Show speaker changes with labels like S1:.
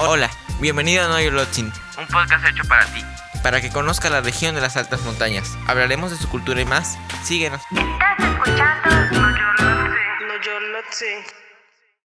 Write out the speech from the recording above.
S1: Hola, bienvenido a Noyolotzin,
S2: un podcast hecho para ti.
S1: para que conozca la región de las altas montañas. Hablaremos de su cultura y más. Síguenos.
S3: Estás escuchando
S4: No, yo lo sé.